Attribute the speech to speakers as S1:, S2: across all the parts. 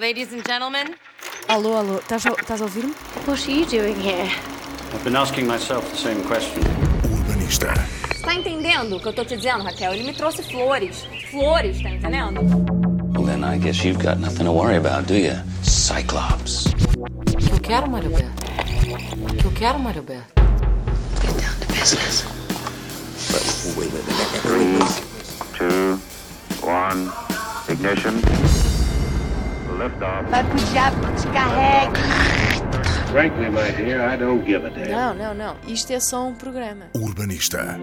S1: Ladies and gentlemen,
S2: Alô, alô, estás a, estás a ouvir-me?
S3: What are you doing here?
S4: I've been asking myself the same question.
S5: O urbanista.
S6: Tá entendendo o que eu tô te dizendo, Raquel? Ele me trouxe flores. Flores, tá entendendo?
S7: Well, then I guess you've got nothing to worry about, do you? Cyclops.
S8: que eu quero, Mário Beto? O que eu quero, Mário Beto?
S3: Get down to business.
S9: two, one, ignition. Liftoff.
S4: Frankly, my dear, I don't give a damn.
S2: Não, não, não. Isto é só um programa.
S5: O urbanista.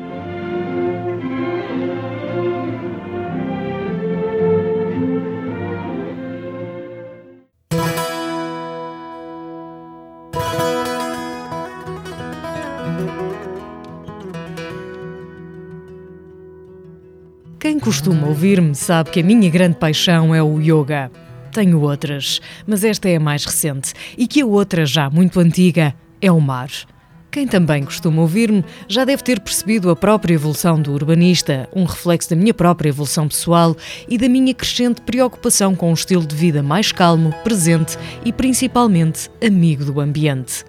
S10: Quem costuma ouvir-me sabe que a minha grande paixão é o yoga. Tenho outras, mas esta é a mais recente e que a outra, já muito antiga, é o mar. Quem também costuma ouvir-me já deve ter percebido a própria evolução do urbanista, um reflexo da minha própria evolução pessoal e da minha crescente preocupação com um estilo de vida mais calmo, presente e principalmente amigo do ambiente.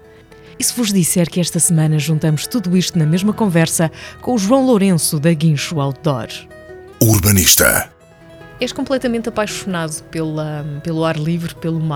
S10: E se vos disser que esta semana juntamos tudo isto na mesma conversa com o João Lourenço da Guincho Outdoor?
S5: O urbanista.
S10: És completamente apaixonado pela, pelo ar livre, pelo mar.